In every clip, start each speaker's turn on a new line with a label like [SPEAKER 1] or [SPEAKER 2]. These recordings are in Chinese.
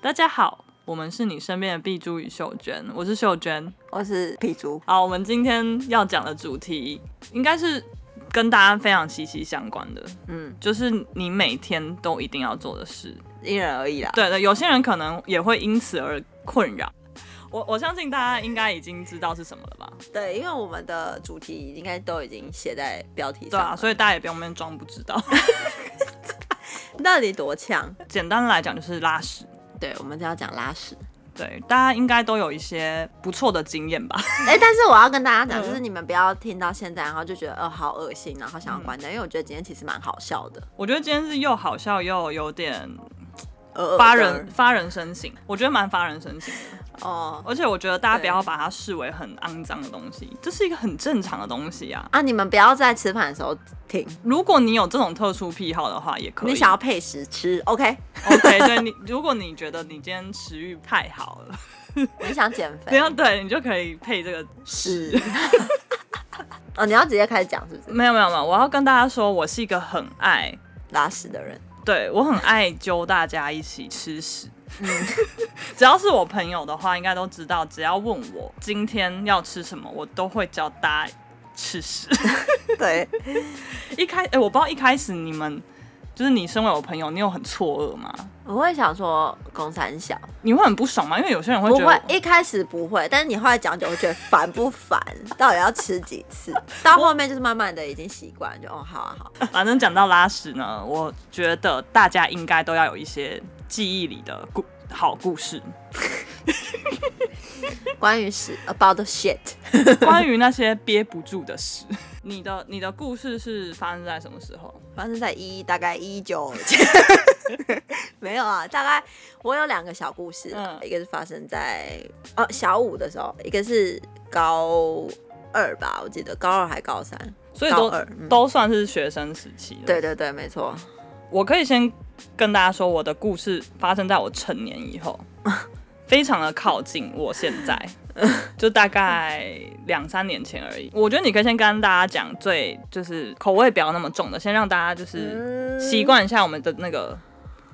[SPEAKER 1] 大家好，我们是你身边的碧珠与秀娟，我是秀娟。
[SPEAKER 2] 我是皮猪，
[SPEAKER 1] 好，我们今天要讲的主题应该是跟大家非常息息相关的，
[SPEAKER 2] 嗯，
[SPEAKER 1] 就是你每天都一定要做的事。
[SPEAKER 2] 因人而异啦。
[SPEAKER 1] 对对，有些人可能也会因此而困扰。我我相信大家应该已经知道是什么了吧？
[SPEAKER 2] 对，因为我们的主题应该都已经写在标题
[SPEAKER 1] 对
[SPEAKER 2] 上
[SPEAKER 1] 啊，
[SPEAKER 2] 了。
[SPEAKER 1] 所以大家也不用面装不知道。
[SPEAKER 2] 到底多呛？
[SPEAKER 1] 简单来讲就是拉屎。
[SPEAKER 2] 对，我们就要讲拉屎。
[SPEAKER 1] 对，大家应该都有一些不错的经验吧？
[SPEAKER 2] 哎、但是我要跟大家讲，
[SPEAKER 1] 嗯
[SPEAKER 2] 就是你们不要听到现在，然后就觉得呃好恶心，然后想要关掉，因为我觉得今天其实蛮好笑的。
[SPEAKER 1] 我觉得今天是又好笑又有点
[SPEAKER 2] 呃呃
[SPEAKER 1] 发人发人深省，我觉得蛮发人深省的。
[SPEAKER 2] 哦
[SPEAKER 1] 而且我觉得大家不
[SPEAKER 2] 对
[SPEAKER 1] 要把它视为很肮脏的东西，这是一个很正常的东西啊。
[SPEAKER 2] 啊，你们不要在吃饭的时候听，
[SPEAKER 1] 如果你有这种特殊癖好的话，也可以。
[SPEAKER 2] 你想要配食吃，OK？
[SPEAKER 1] OK，对你，如果你觉得你今天食欲太好了，
[SPEAKER 2] 你想减肥
[SPEAKER 1] 这样 对你就可以配这个
[SPEAKER 2] 是。 哦，你要直接开始讲是不是？
[SPEAKER 1] 没有没有没有，我要跟大家说，我是一个很爱，
[SPEAKER 2] 拉屎的人，
[SPEAKER 1] 对我很爱揪大家一起吃屎。
[SPEAKER 2] 嗯
[SPEAKER 1] 只要是我朋友的话，应该都知道，只要问我今天要吃什么，我都会叫大家吃屎。
[SPEAKER 2] 对，
[SPEAKER 1] 一开，哎、我不知道一开始你们就是你身为我朋友，你有很错愕吗？
[SPEAKER 2] 我会想说公三小，
[SPEAKER 1] 你会很不爽吗？因为有些人会
[SPEAKER 2] 不
[SPEAKER 1] 觉得
[SPEAKER 2] 会，一开始不会，但是你后来讲久，我觉得烦不烦？到底要吃几次？ 到后面就是慢慢的已经习惯，就哦，好啊好啊，
[SPEAKER 1] 反正讲到拉屎呢，我觉得大家应该都要有一些记忆里的故好故事。
[SPEAKER 2] 关于屎 about the shit，
[SPEAKER 1] 关于那些憋不住的屎，你的你的故事是发生在什么时候？
[SPEAKER 2] 发生在一大概一九，没有啊，大概我有两个小故事啊、
[SPEAKER 1] 嗯
[SPEAKER 2] 一个是发生在哦小五的时候，一个是高二吧，我记得高二还高三，
[SPEAKER 1] 所以都、
[SPEAKER 2] 高二嗯
[SPEAKER 1] 都算是学生时期的。
[SPEAKER 2] 对，对对，没错，
[SPEAKER 1] 我可以先跟大家说，我的故事发生在我成年以后，非常的靠近我现在，就大概两三年前而已。我觉得你可以先跟大家讲最就是口味不要那么重的，先让大家就是
[SPEAKER 2] 嗯
[SPEAKER 1] 习惯一下我们的那个。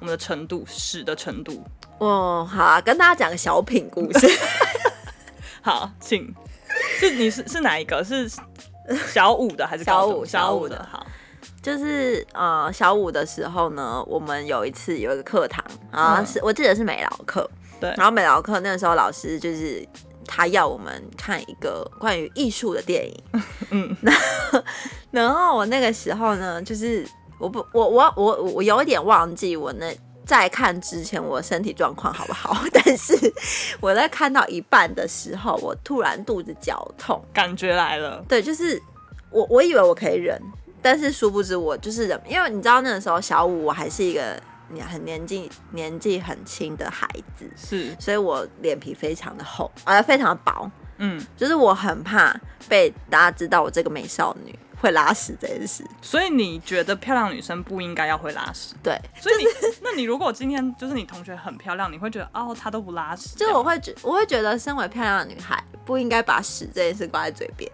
[SPEAKER 1] 我们的程度，屎的程度。
[SPEAKER 2] 哦，好啊，跟大家讲个小品故事。
[SPEAKER 1] 好，请是你是是哪一个？是小五的还是
[SPEAKER 2] 小
[SPEAKER 1] 高中
[SPEAKER 2] 五
[SPEAKER 1] 小
[SPEAKER 2] 小
[SPEAKER 1] 五
[SPEAKER 2] 五
[SPEAKER 1] 的
[SPEAKER 2] 的？
[SPEAKER 1] 好，
[SPEAKER 2] 就是呃小五的时候呢，我们有一次有一个课堂啊，
[SPEAKER 1] 嗯
[SPEAKER 2] 是我记得是美劳课，
[SPEAKER 1] 对
[SPEAKER 2] 然后美劳课那时候老师就是他要我们看一个关于艺术的电影，
[SPEAKER 1] 嗯，
[SPEAKER 2] 然后我那个时候呢，就是我不我我我我有一点忘记我那。在看之前，我身体状况好不好？ 但是我在看到一半的时候，我突然肚子绞痛，
[SPEAKER 1] 感觉来了。
[SPEAKER 2] 对，就是我我以为我可以忍，但是殊不知我就是忍，因为你知道那个时候小五我还是一个你很年纪年纪很轻的孩子，
[SPEAKER 1] 是，
[SPEAKER 2] 所以我脸皮非常的厚，呃，非常的薄，
[SPEAKER 1] 嗯，
[SPEAKER 2] 就是我很怕被大家知道我这个美少女会拉屎这件事。
[SPEAKER 1] 所以你觉得漂亮女生不应该要会拉屎？
[SPEAKER 2] 对，
[SPEAKER 1] 所以你，那你如果今天就是你同学很漂亮，你会觉得哦，她都不拉屎。
[SPEAKER 2] 就
[SPEAKER 1] 这
[SPEAKER 2] 是
[SPEAKER 1] 样
[SPEAKER 2] 我，会觉我会觉得身为漂亮的女孩不应该把屎这件事挂在嘴边。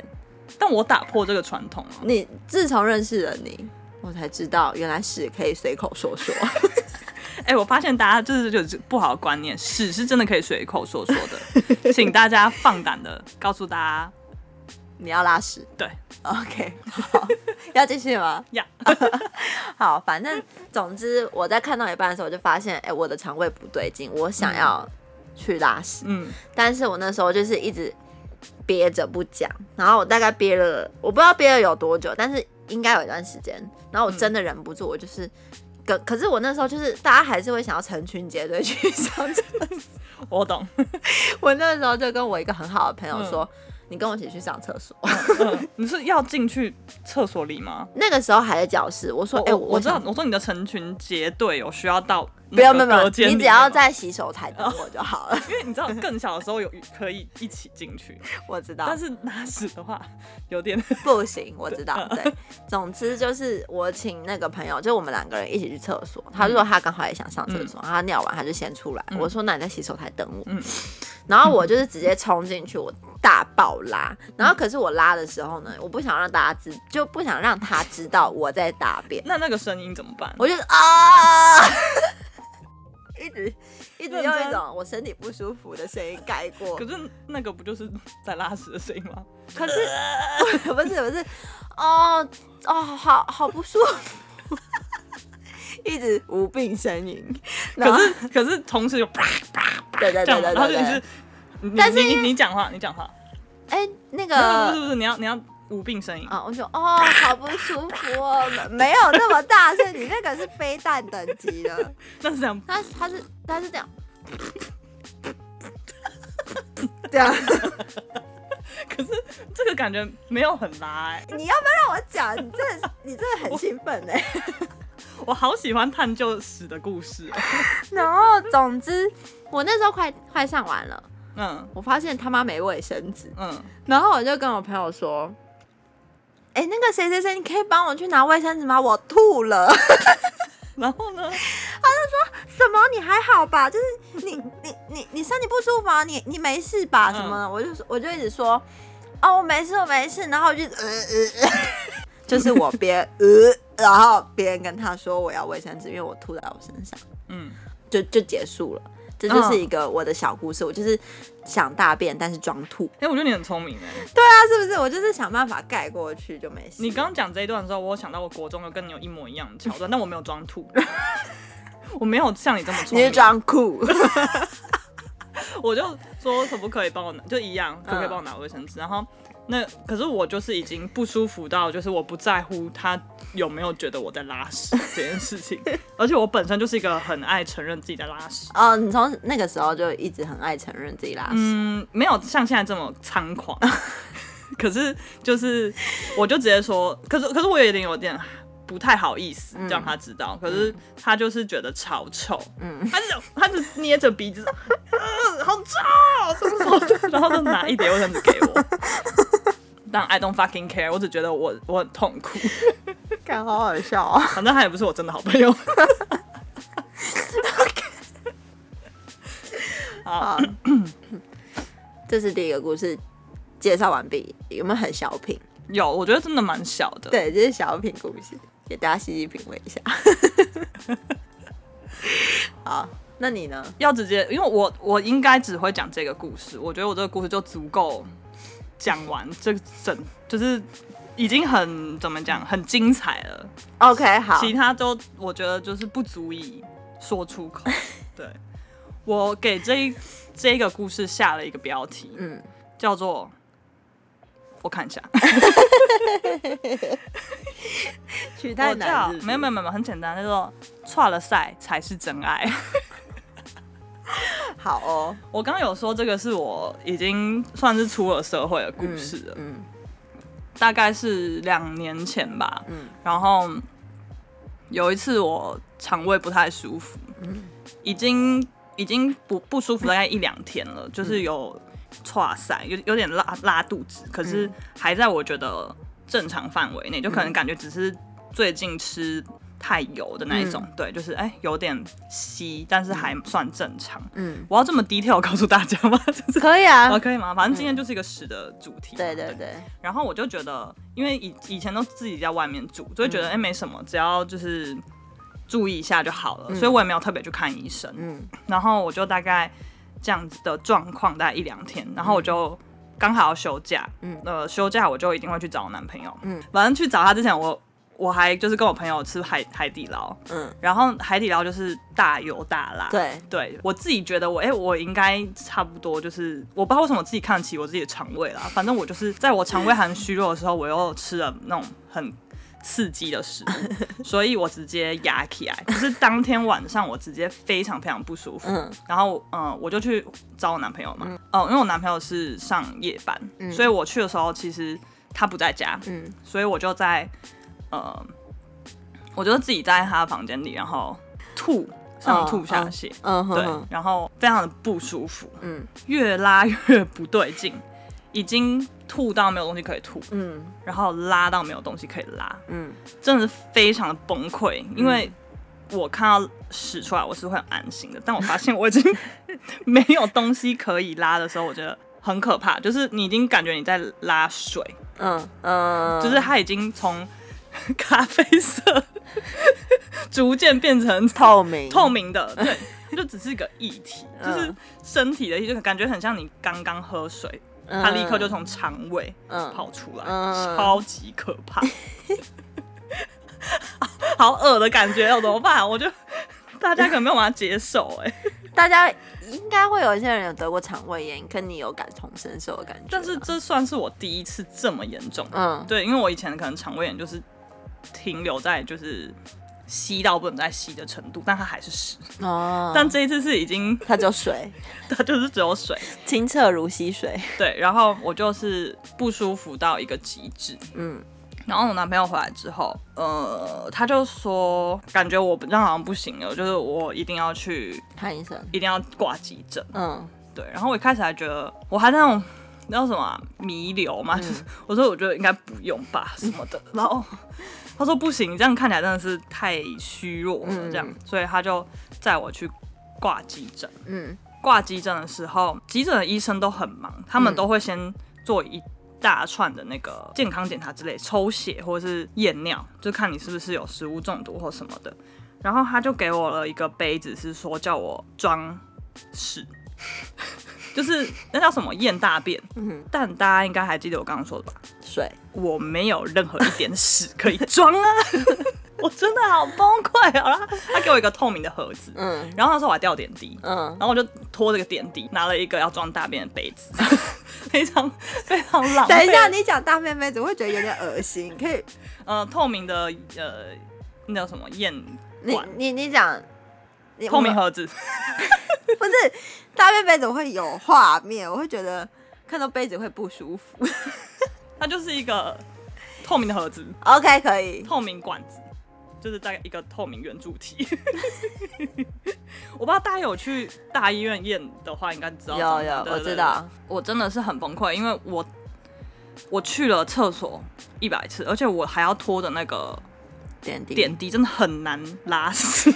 [SPEAKER 1] 但我打破这个传统了。
[SPEAKER 2] 你自从认识了你，我才知道原来屎可以随口说说。
[SPEAKER 1] 哎、我发现大家就是就是不好的观念，屎是真的可以随口说说 的，请大家放胆的告诉大家，
[SPEAKER 2] 你要拉屎。
[SPEAKER 1] 对
[SPEAKER 2] ，OK，好，要继续吗？
[SPEAKER 1] 呀、
[SPEAKER 2] 好，反正总之我在看到一半的时候，我就发现，哎、我的肠胃不对劲，我想要去拉屎，
[SPEAKER 1] 嗯，
[SPEAKER 2] 但是我那时候就是一直憋着不讲，然后我大概憋了，我不知道憋了有多久，但是应该有一段时间，然后我真的忍不住，我就是。可可是我那时候就是，大家还是会想要成群结队去上厕
[SPEAKER 1] 我懂。
[SPEAKER 2] 我那时候就跟我一个很好的朋友说：“你跟我一起去上厕所。”
[SPEAKER 1] 嗯你是要进去厕所里吗？
[SPEAKER 2] 那个时候还在教室，我说：“哎、
[SPEAKER 1] 我
[SPEAKER 2] 我
[SPEAKER 1] 我知道
[SPEAKER 2] 想，
[SPEAKER 1] 我说你的成群结队有需要到
[SPEAKER 2] 不用，不
[SPEAKER 1] 那
[SPEAKER 2] 用，
[SPEAKER 1] 个哦
[SPEAKER 2] 不用
[SPEAKER 1] 隔间里
[SPEAKER 2] 你只
[SPEAKER 1] 面吗
[SPEAKER 2] 要，在洗手台等我就好了。
[SPEAKER 1] 因为你知道更小的时候有可以一起进去，
[SPEAKER 2] 我知道
[SPEAKER 1] 但，是拉屎的话有点
[SPEAKER 2] 不行，我知道。
[SPEAKER 1] 嗯
[SPEAKER 2] 对，总之就是我请那个朋友，就我们两个人一起去厕所。他就说他刚好也想上厕所，他尿完他就先出来。我说那你在洗手台等我。
[SPEAKER 1] 嗯
[SPEAKER 2] 然后我就是直接冲进去，我大爆拉。然
[SPEAKER 1] 嗯
[SPEAKER 2] 后可是我拉的时候呢，我不想让大家知，就不想让他知道我在大便。
[SPEAKER 1] 那那个声音怎么办？
[SPEAKER 2] 我就啊，一直一直用一种我身体不舒服的声音盖过
[SPEAKER 1] 可。是那个不就是 在拉屎的声音吗？
[SPEAKER 2] 可是不是不是，哦哦，好好不舒服，一直无病呻吟。然后
[SPEAKER 1] 可是可是同时有 啪啪啪
[SPEAKER 2] 对对
[SPEAKER 1] 这样嘛，
[SPEAKER 2] 对对
[SPEAKER 1] 然后
[SPEAKER 2] 对
[SPEAKER 1] 就
[SPEAKER 2] 对
[SPEAKER 1] 是，你
[SPEAKER 2] 但是
[SPEAKER 1] 你
[SPEAKER 2] 因为
[SPEAKER 1] 你你讲话，你讲话，
[SPEAKER 2] 哎，
[SPEAKER 1] 不是
[SPEAKER 2] 那
[SPEAKER 1] 不
[SPEAKER 2] 个
[SPEAKER 1] 是不是，你要你要无病呻吟。
[SPEAKER 2] 啊，我说哦，好不舒服哦，没没有那么大声，你那个是非但等级的。
[SPEAKER 1] 那是这样，
[SPEAKER 2] 他他是他是这样，这样，
[SPEAKER 1] 可是这个感觉没有很拉哎、
[SPEAKER 2] 你要不要让我讲？你真的你真的很兴奋哎、
[SPEAKER 1] 我好喜欢探究屎的故事哦、
[SPEAKER 2] 然后总之，我那时候快快上完了，
[SPEAKER 1] 嗯
[SPEAKER 2] 我发现他妈没卫生纸，
[SPEAKER 1] 嗯，
[SPEAKER 2] 然后我就跟我朋友说。哎、那个谁谁谁，你可以帮我去拿卫生纸吗？我吐了。
[SPEAKER 1] 然后呢？
[SPEAKER 2] 什么？你还好吧？就是 你你你你身体不舒服啊？你你没事吧？
[SPEAKER 1] 嗯
[SPEAKER 2] 什么的？我就说我就一直说，哦，我没事，我没事。然后我就呃呃，呃 就是我边呃，然后边跟他说我要卫生纸，因为我吐在我身上，
[SPEAKER 1] 嗯，
[SPEAKER 2] 就就结束了。这就是一个我的小故事，我就是想大便，但是装吐。
[SPEAKER 1] 哎、我觉得你很聪明哎、
[SPEAKER 2] 对啊，是不是？我就是想办法盖过去就没事。
[SPEAKER 1] 你刚刚讲这一段的时候，我有想到我国中有跟你有一模一样的桥段，但我没有装吐， 我没有像你这么聪
[SPEAKER 2] 你
[SPEAKER 1] 明。
[SPEAKER 2] 是装酷，
[SPEAKER 1] 我就说可不可以帮我拿，就一样，可不可以帮我拿卫生纸？然后那可是我就是已经不舒服到，就是我不在乎他有没有觉得我在拉屎这件事情，而且我本身就是一个很爱承认自己在拉屎，
[SPEAKER 2] 哦，你从那个时候就一直很爱承认自己拉屎。
[SPEAKER 1] 嗯，没有像现在这么猖狂， 可是就是我就直接说，可是可是我有点有点。不太好意思让他知道，可是他就是觉得超臭，嗯，他就他就捏着鼻子， 呃好臭，什 么什么的，然后就拿一叠卫生纸给我。但 I don't fucking care，我只觉得我我很痛苦，
[SPEAKER 2] 感好好笑啊、
[SPEAKER 1] 反正他也不是我真的好朋友。 好，
[SPEAKER 2] 这是第一个故事，介绍完毕，有没有很小品？
[SPEAKER 1] 有，我觉得真的蛮小的。
[SPEAKER 2] 对，这是小品故事，给大家细细品味一下。 好，那你呢？
[SPEAKER 1] 要直接，因为我我应该只会讲这个故事，我觉得我这个故事就足够讲完这整，就是已经很怎么讲，很精彩了。
[SPEAKER 2] ？OK，好，
[SPEAKER 1] 其他都我觉得就是不足以说出 口。对，我给这一这一个故事下了一个标题，
[SPEAKER 2] 嗯，
[SPEAKER 1] 叫做我看一下，
[SPEAKER 2] 取代
[SPEAKER 1] 我叫
[SPEAKER 2] 难是不是
[SPEAKER 1] 没有没有没有，很简单，叫做“串了赛才是真爱”。
[SPEAKER 2] 好哦，
[SPEAKER 1] 我刚刚有说这个是我已经算是出了社会的故事了，
[SPEAKER 2] 嗯，
[SPEAKER 1] 大概是两年前吧。
[SPEAKER 2] 嗯
[SPEAKER 1] 然后有一次我肠胃不太舒服，已经已经不不舒服大概一两天
[SPEAKER 2] 嗯
[SPEAKER 1] 了，就是有岔塞，有有点拉拉肚子，可是还在我觉得正常范围内，
[SPEAKER 2] 嗯
[SPEAKER 1] 就可能感觉只是最近吃。太油的那一种，
[SPEAKER 2] 嗯
[SPEAKER 1] 对，就是哎、有点稀，但是还算正常。
[SPEAKER 2] 嗯
[SPEAKER 1] 我要这么低调告诉大家吗？ 就是
[SPEAKER 2] 可以啊
[SPEAKER 1] 啊，，可以吗？反正今天就是一个屎的主题嘛。
[SPEAKER 2] 对对对，
[SPEAKER 1] 然后我就觉得，因为以以前都自己在外面住，就会觉得哎、诶没什么，只要就是注意一下就好了，所以我也没有特别去看医生。
[SPEAKER 2] 嗯
[SPEAKER 1] 然后我就大概这样子的状况，大概一两天，然后我就刚好要休假，
[SPEAKER 2] 嗯
[SPEAKER 1] 呃，休假我就一定会去找我男朋友，
[SPEAKER 2] 嗯
[SPEAKER 1] 反正去找他之前我。我还就是跟我朋友吃海海底捞，
[SPEAKER 2] 嗯，
[SPEAKER 1] 然后海底捞就是大油大辣，
[SPEAKER 2] 对，
[SPEAKER 1] 对我自己觉得我，哎、我应该差不多，就是我不知道为什么我自己看得起我自己的肠胃啦。反正我就是在我肠胃很虚弱的时候，我又吃了那种很刺激的食 物，所以我直接压起来。就是当天晚上我直接非常非常不舒服，
[SPEAKER 2] 嗯
[SPEAKER 1] 然后嗯、呃我就去找我男朋友嘛，哦、因为我男朋友是上夜班，所以我去的时候其实他不在家，
[SPEAKER 2] 嗯
[SPEAKER 1] 所以我就在呃，我就自己在他的房间里，然后吐上吐下泻。
[SPEAKER 2] 嗯哼
[SPEAKER 1] 对
[SPEAKER 2] 哼，，
[SPEAKER 1] 然后非常的不舒服，
[SPEAKER 2] 嗯
[SPEAKER 1] 越拉越不对劲，已经吐到没有东西可以吐，
[SPEAKER 2] 嗯
[SPEAKER 1] 然后拉到没有东西可以拉，
[SPEAKER 2] 嗯
[SPEAKER 1] 真的是非常的崩溃。因为我看到屎出来，我是会很安心的，但我发现我已经没有东西可以拉的时候，我觉得很可怕，就是你已经感觉你在拉水，
[SPEAKER 2] 嗯嗯，
[SPEAKER 1] 就是它已经从 咖啡色逐渐变成
[SPEAKER 2] 透明
[SPEAKER 1] 透明的，对。就只是个液体，就
[SPEAKER 2] 嗯
[SPEAKER 1] 是身体的，就感觉很像你刚刚喝水，
[SPEAKER 2] 嗯
[SPEAKER 1] 它立刻就从肠胃跑出来，
[SPEAKER 2] 嗯
[SPEAKER 1] 超级可怕， 好恶的感觉哦，怎么办？我就大家可能没有办法接受 哎、
[SPEAKER 2] 嗯大家应该会有一些人有得过肠胃炎，跟你有感同身受的感觉。
[SPEAKER 1] 但是，这算是我第一次这么严重，
[SPEAKER 2] 嗯，
[SPEAKER 1] 对，因为我以前可能肠胃炎就是停留在就是吸到不能再吸的程度，但它还是屎，
[SPEAKER 2] 哦，
[SPEAKER 1] 但这一次是已经
[SPEAKER 2] 它就水，
[SPEAKER 1] 它就是只有水，
[SPEAKER 2] 清澈如溪 水。
[SPEAKER 1] 对，然后我就是不舒服到一个极致，
[SPEAKER 2] 嗯，
[SPEAKER 1] 然后我男朋友回来之后，呃，他就说感觉我这样好像不行了，就是我一定要去，
[SPEAKER 2] 看医生。
[SPEAKER 1] 一定要挂急诊。
[SPEAKER 2] 嗯
[SPEAKER 1] 对，然后我一开始还觉得我还在那种那叫什么啊、弥留嘛，
[SPEAKER 2] 嗯
[SPEAKER 1] 就是 我说我觉得应该不用吧什么的，然后他说不行，你这样看起来真的是太虚弱了，这样，
[SPEAKER 2] 嗯
[SPEAKER 1] 所以他就载我去挂急诊。
[SPEAKER 2] 嗯
[SPEAKER 1] 挂急诊的时候，急诊的医生都很忙，他
[SPEAKER 2] 嗯
[SPEAKER 1] 们都会先做一大串的那个健康检查之类，抽血或者是验尿，就看你是不是有食物中毒或什么的。然后他就给我了一个杯子，是说叫我装屎，就是那叫什么验大便。
[SPEAKER 2] 嗯，
[SPEAKER 1] 但大家应该还记得我刚刚说的吧？
[SPEAKER 2] 水。
[SPEAKER 1] 我没有任何一点屎可以装 啊！我真的好崩溃好啦，他给我一个透明的盒子，
[SPEAKER 2] 嗯
[SPEAKER 1] 然后那时候我还掉点滴，
[SPEAKER 2] 嗯
[SPEAKER 1] 然，后我就拖着个点滴，拿了一个要装大便的杯 子，非常非常浪费。
[SPEAKER 2] 等一下，，你讲大妹妹，怎么会觉得有点恶 心？可以，
[SPEAKER 1] 呃，透明的呃，那叫什么验
[SPEAKER 2] 你
[SPEAKER 1] 管？
[SPEAKER 2] 你你讲，你
[SPEAKER 1] 透明
[SPEAKER 2] 我
[SPEAKER 1] 盒子，
[SPEAKER 2] 不是大妹妹，怎么会有画面？我会觉得看到杯子会不 舒服。
[SPEAKER 1] 它就是一个透明的盒子，
[SPEAKER 2] OK，可以。
[SPEAKER 1] 透明管子，就是大概一个透明圆柱体。 我不知道大家有去大医院验的话，应该知道
[SPEAKER 2] 有
[SPEAKER 1] 怎
[SPEAKER 2] 有
[SPEAKER 1] 么，对
[SPEAKER 2] 我
[SPEAKER 1] 对
[SPEAKER 2] 知道。
[SPEAKER 1] 我真的是很崩溃，因为我我去了厕所一百次，而且我还要拖着那个
[SPEAKER 2] 点滴
[SPEAKER 1] 点滴真的很难拉屎，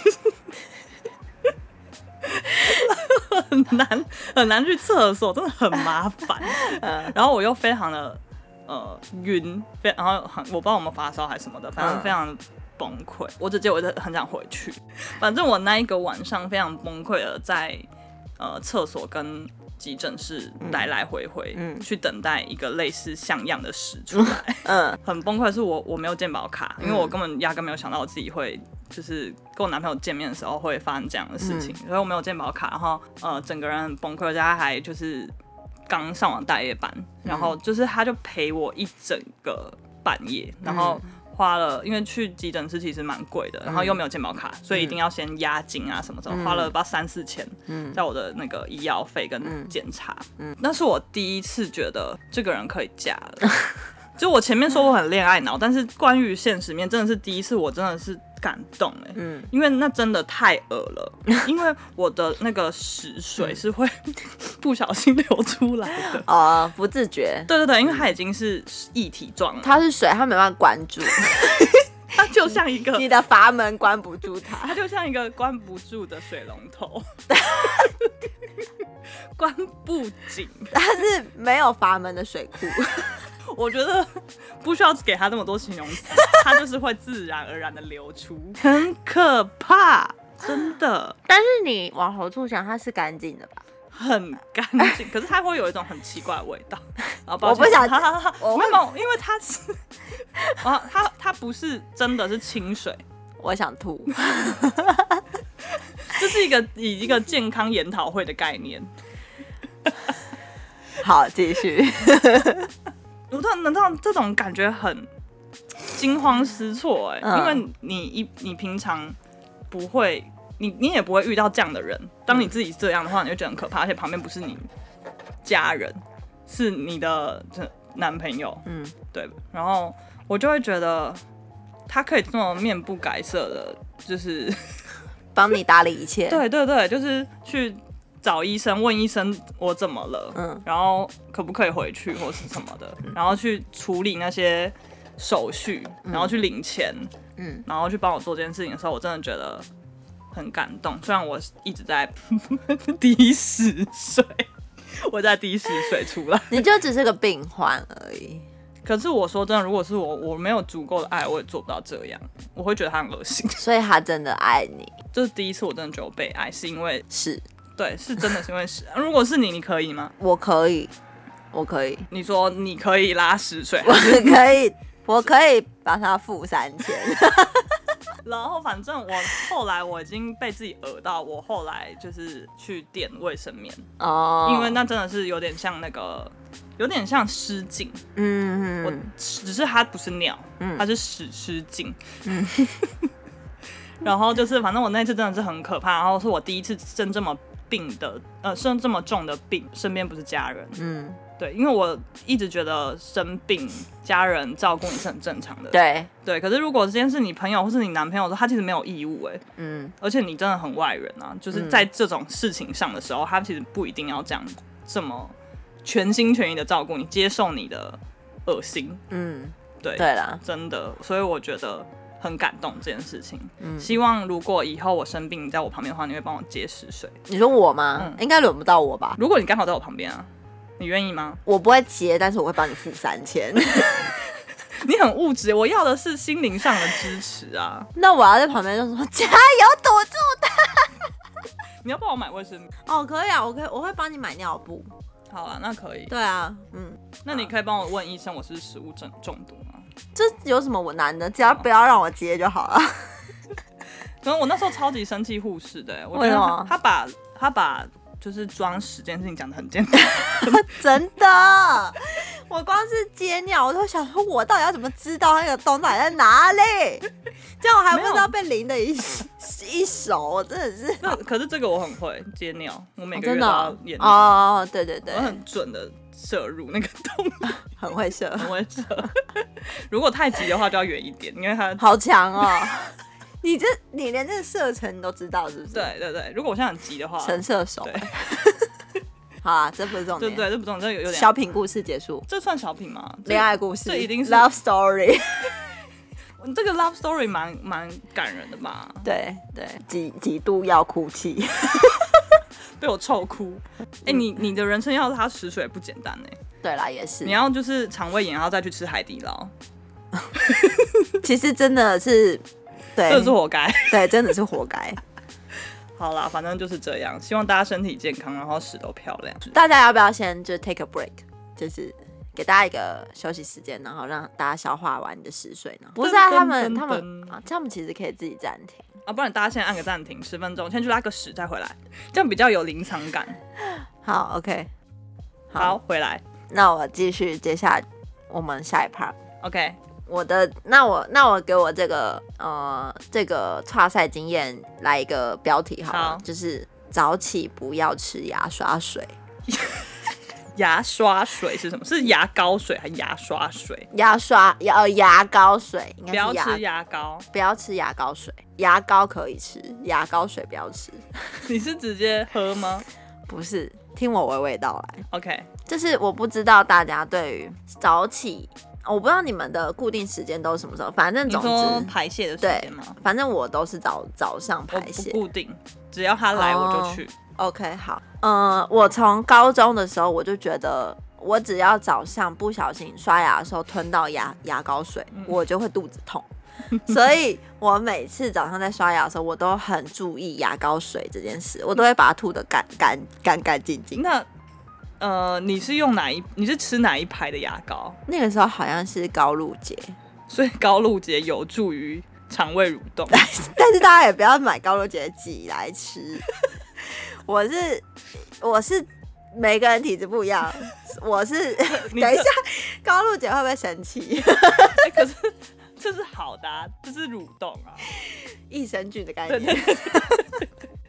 [SPEAKER 1] 很难很难去厕所，真的很麻烦。
[SPEAKER 2] 嗯
[SPEAKER 1] 然后我又非常的呃晕，非然后很我不知道我们发烧还是什么的，反正
[SPEAKER 2] 嗯
[SPEAKER 1] 非常的崩溃。我只记得我真的很想回去， 反正我那一个晚上非常崩溃的在呃厕所跟。急诊室来来回回、
[SPEAKER 2] 嗯
[SPEAKER 1] 去等待一个类似像样的屎出来，
[SPEAKER 2] 嗯
[SPEAKER 1] 很崩溃的是我我没有健保卡，因为
[SPEAKER 2] 嗯
[SPEAKER 1] 我根本压根没有想到我自己会就是跟我男朋友见面的时候会发生这样的事情，
[SPEAKER 2] 嗯
[SPEAKER 1] 所以我没有健保卡，然后呃整个人很崩溃，而且他还就是刚上完大夜班，
[SPEAKER 2] 嗯
[SPEAKER 1] 然后就是他就陪我一整个半夜，
[SPEAKER 2] 嗯
[SPEAKER 1] 然后。花了，因为去急诊室其实蛮贵的，然后又没有健保卡，所以一定要先押金啊什么什么，花了不知道三四千，
[SPEAKER 2] 嗯
[SPEAKER 1] 在我的那个医药费跟检查，
[SPEAKER 2] 嗯
[SPEAKER 1] 那是我第一次觉得这个人可以嫁 了。就我前面说我很恋爱脑，但是关于现实面真的是第一次，我真的是感动哎、
[SPEAKER 2] 嗯，
[SPEAKER 1] 因为那真的太恶了，因为我的那个屎
[SPEAKER 2] 嗯
[SPEAKER 1] 水是会不小心流出来的。
[SPEAKER 2] 哦，不自觉，
[SPEAKER 1] 对对对，因为它已经是液体状了，
[SPEAKER 2] 它是水，它没办法关 住，
[SPEAKER 1] 它就像一个
[SPEAKER 2] 你，的阀门关不住它。
[SPEAKER 1] 它就像一个关不住的水龙头， 关不紧。
[SPEAKER 2] 它是没有阀门的水库。
[SPEAKER 1] 我觉得不需要给他这么多形容词，他就是会自然而然的流出，很可怕，真的
[SPEAKER 2] 但是你往好处想，它是干净的吧？
[SPEAKER 1] 很干净。可是它会有一种很奇怪的味 道，然后
[SPEAKER 2] 我不想
[SPEAKER 1] 哈哈哈
[SPEAKER 2] 我
[SPEAKER 1] 没有，没有因为它是， 啊，它它不是真的是清水，
[SPEAKER 2] 我想吐。
[SPEAKER 1] 这是一个以一个健康研讨会的概念。
[SPEAKER 2] 好，继续。
[SPEAKER 1] 我突然能让这种感觉很惊慌失措哎、
[SPEAKER 2] 嗯
[SPEAKER 1] 因为你一你平常不会，你你也不会遇到这样的人。当你自己这样的话，你就觉得很可怕，而且旁边不是你家人，是你的这男朋友，
[SPEAKER 2] 嗯
[SPEAKER 1] 对。然后我就会觉得他可以这么面不改色的，就是
[SPEAKER 2] 帮你打理一切。，
[SPEAKER 1] 对对对，就是去找医生问医生我怎么了，
[SPEAKER 2] 嗯
[SPEAKER 1] 然后可不可以回去或是什么的，然后去处理那些手续，然后去领钱，
[SPEAKER 2] 嗯，
[SPEAKER 1] 然后去帮我做这件事情的时候，我真的觉得很感动。虽然我一直在 滴屎水， 我在滴屎水出来，
[SPEAKER 2] 你就只是个病患而已。
[SPEAKER 1] 可是我说真的，如果是我，我没有足够的爱，我也做不到这样，我会觉得他很恶心。
[SPEAKER 2] 所以他真的爱你。
[SPEAKER 1] 就是第一次我真的觉得我被爱，是因为
[SPEAKER 2] 是
[SPEAKER 1] 对，是真的是因 为屎。如果是你，你可以吗？
[SPEAKER 2] 我可以，我可 以，
[SPEAKER 1] 你说你可以拉屎 水，
[SPEAKER 2] 我可以，我可以把它付三千。
[SPEAKER 1] 然后反正我后来我已经被自己讹到，我后来就是去点卫生棉，
[SPEAKER 2] 哦，
[SPEAKER 1] 因为那真的是有点像那个，有点像湿巾，
[SPEAKER 2] 嗯，
[SPEAKER 1] 我
[SPEAKER 2] 嗯
[SPEAKER 1] 只是它不是尿，它是屎湿巾。
[SPEAKER 2] 嗯
[SPEAKER 1] 然后就是反正我那次真的是很可怕，然后是我第一次生这么病的，呃，生这么重的病，身边不是家人，
[SPEAKER 2] 嗯，
[SPEAKER 1] 对，因为我一直觉得生病家人照顾你是很正常的，
[SPEAKER 2] 对，
[SPEAKER 1] 对。可是如果今天是你朋友或是你男朋友的话，他其实没有义务哎、
[SPEAKER 2] 嗯
[SPEAKER 1] 而且你真的很外人啊，就是在这种事情上的时候，他其实不一定要这样这么全心全意的照顾你，接受你的恶心，
[SPEAKER 2] 嗯，
[SPEAKER 1] 对，
[SPEAKER 2] 对啦，
[SPEAKER 1] 真的，所以我觉得很感动这件事情。
[SPEAKER 2] 嗯
[SPEAKER 1] 希望如果以后我生病你在我旁边的话，你会帮我接食水。
[SPEAKER 2] 你说我吗？应该轮不到我吧？
[SPEAKER 1] 如果你刚好在我旁边啊，你愿意吗？
[SPEAKER 2] 我不会接，但是我会帮你付三千。
[SPEAKER 1] 你很物质，我要的是心灵上的支持啊！
[SPEAKER 2] 那我要在旁边就说加油躲住。
[SPEAKER 1] 你要帮我买卫生棉？
[SPEAKER 2] 哦，可以啊，我可以，我会帮你买尿布。
[SPEAKER 1] 好啊，那可以。
[SPEAKER 2] 对啊，嗯，
[SPEAKER 1] 那你可以帮我问医生，我是食物中中毒吗？
[SPEAKER 2] 这有什么我难的？只要不要让我接就 好了。
[SPEAKER 1] 可能我那时候超级生气护士的、欸，我觉
[SPEAKER 2] 为
[SPEAKER 1] 得
[SPEAKER 2] 什
[SPEAKER 1] 他
[SPEAKER 2] 么
[SPEAKER 1] 他把他把就是装屎这件事情讲的 很简单，
[SPEAKER 2] 真的， 我光是接尿，我都想说，我到底要怎么知道那个洞到底在哪里？ 这样我还不知道被淋的一一手，我真的是。
[SPEAKER 1] 那可是这个我很会接尿，我每
[SPEAKER 2] 哦
[SPEAKER 1] 个月
[SPEAKER 2] 真
[SPEAKER 1] 都
[SPEAKER 2] 的
[SPEAKER 1] 要
[SPEAKER 2] 哦
[SPEAKER 1] 验
[SPEAKER 2] 哦
[SPEAKER 1] 尿，
[SPEAKER 2] 哦，哦对对对
[SPEAKER 1] 我，很准的射入那个洞，
[SPEAKER 2] 很会射，
[SPEAKER 1] 我会 射。如果太急的话就要远一点，因为他
[SPEAKER 2] 好 强哦！你这你连这个射程你都知道是不是？，
[SPEAKER 1] 对对对，如果我现在很急的话，
[SPEAKER 2] 神射手。
[SPEAKER 1] 对
[SPEAKER 2] 好啊，这不是重
[SPEAKER 1] 对
[SPEAKER 2] 点。
[SPEAKER 1] 对，这不重要，这有点
[SPEAKER 2] 小品故事结束，
[SPEAKER 1] 这算小品吗？这
[SPEAKER 2] 恋爱故事，
[SPEAKER 1] 这一定是
[SPEAKER 2] love story
[SPEAKER 1] 这个 love story 蛮蛮感人的吧？
[SPEAKER 2] 对。对几几度要 哭泣。
[SPEAKER 1] 被我臭哭。哎、
[SPEAKER 2] 嗯
[SPEAKER 1] 你你的人生要他食水不简单哎、
[SPEAKER 2] 对啦，也是
[SPEAKER 1] 你。要就是肠胃炎，然后再去吃海底捞，
[SPEAKER 2] 其实真的是，对，
[SPEAKER 1] 这是活该。
[SPEAKER 2] 对，真的是活 该。
[SPEAKER 1] 好啦，反正就是这样，希望大家身体健康，然后屎都漂亮。
[SPEAKER 2] 大家要不要先就 take a break，就是给大家一个休息时间，然后让大家消化完你的食水呢？不是啊，
[SPEAKER 1] 噔
[SPEAKER 2] 他们
[SPEAKER 1] 噔
[SPEAKER 2] 他们
[SPEAKER 1] 噔
[SPEAKER 2] 啊，他们其实可以自己暂停。
[SPEAKER 1] 啊，不然大家先按个暂停，十分钟，先去拉个屎再回来，这样比较有临场感。
[SPEAKER 2] 好，OK，
[SPEAKER 1] 好，，回来
[SPEAKER 2] 那我继续接下来我们下一 part。
[SPEAKER 1] ，OK，
[SPEAKER 2] 我的那我那我给我这个呃这个跨赛经验来一个标题好了，
[SPEAKER 1] 好
[SPEAKER 2] 就是早起不要吃牙刷水，
[SPEAKER 1] 牙刷水是什么？是牙膏水还是牙刷水？
[SPEAKER 2] 牙刷牙呃牙膏水，应该
[SPEAKER 1] 不要
[SPEAKER 2] 是牙
[SPEAKER 1] 吃牙膏，
[SPEAKER 2] 不要吃牙膏水，牙膏可以吃，牙膏水不要吃。
[SPEAKER 1] 你是直接喝吗
[SPEAKER 2] 不是，听我娓娓道来，
[SPEAKER 1] ？OK，
[SPEAKER 2] 就是我不知道大家对于早起，我不知道你们的固定时间都是什么时候，反正
[SPEAKER 1] 你
[SPEAKER 2] 总
[SPEAKER 1] 说
[SPEAKER 2] 之，
[SPEAKER 1] 排泄的时
[SPEAKER 2] 对
[SPEAKER 1] 间吗？，
[SPEAKER 2] 反正我都是早早上
[SPEAKER 1] 我
[SPEAKER 2] 排
[SPEAKER 1] 不
[SPEAKER 2] 泄。
[SPEAKER 1] 固定，只要他来我就
[SPEAKER 2] 哦
[SPEAKER 1] 去。
[SPEAKER 2] OK，好，嗯、我从高中的时候我就觉得。我只要早上不小心刷牙的时候吞到牙牙膏水，
[SPEAKER 1] 嗯
[SPEAKER 2] 我就会肚子 痛，所以我每次早上在刷牙的时候，我都很注意牙膏水这件事，我都会把它吐得干干干干净净。
[SPEAKER 1] 那呃，你是用哪一？你是吃哪一排的牙膏？
[SPEAKER 2] 那个时候好像是高露洁，
[SPEAKER 1] 所以高露洁有助于肠胃蠕动。
[SPEAKER 2] 但是大家也不要买高露洁的挤来吃。我是我是每个人体质不一样，我是等
[SPEAKER 1] 你这
[SPEAKER 2] 一下高露洁会不会生气？
[SPEAKER 1] 哎可是 这是好的、啊，这是蠕动啊。
[SPEAKER 2] 益生菌的概
[SPEAKER 1] 对
[SPEAKER 2] 念
[SPEAKER 1] 对。对。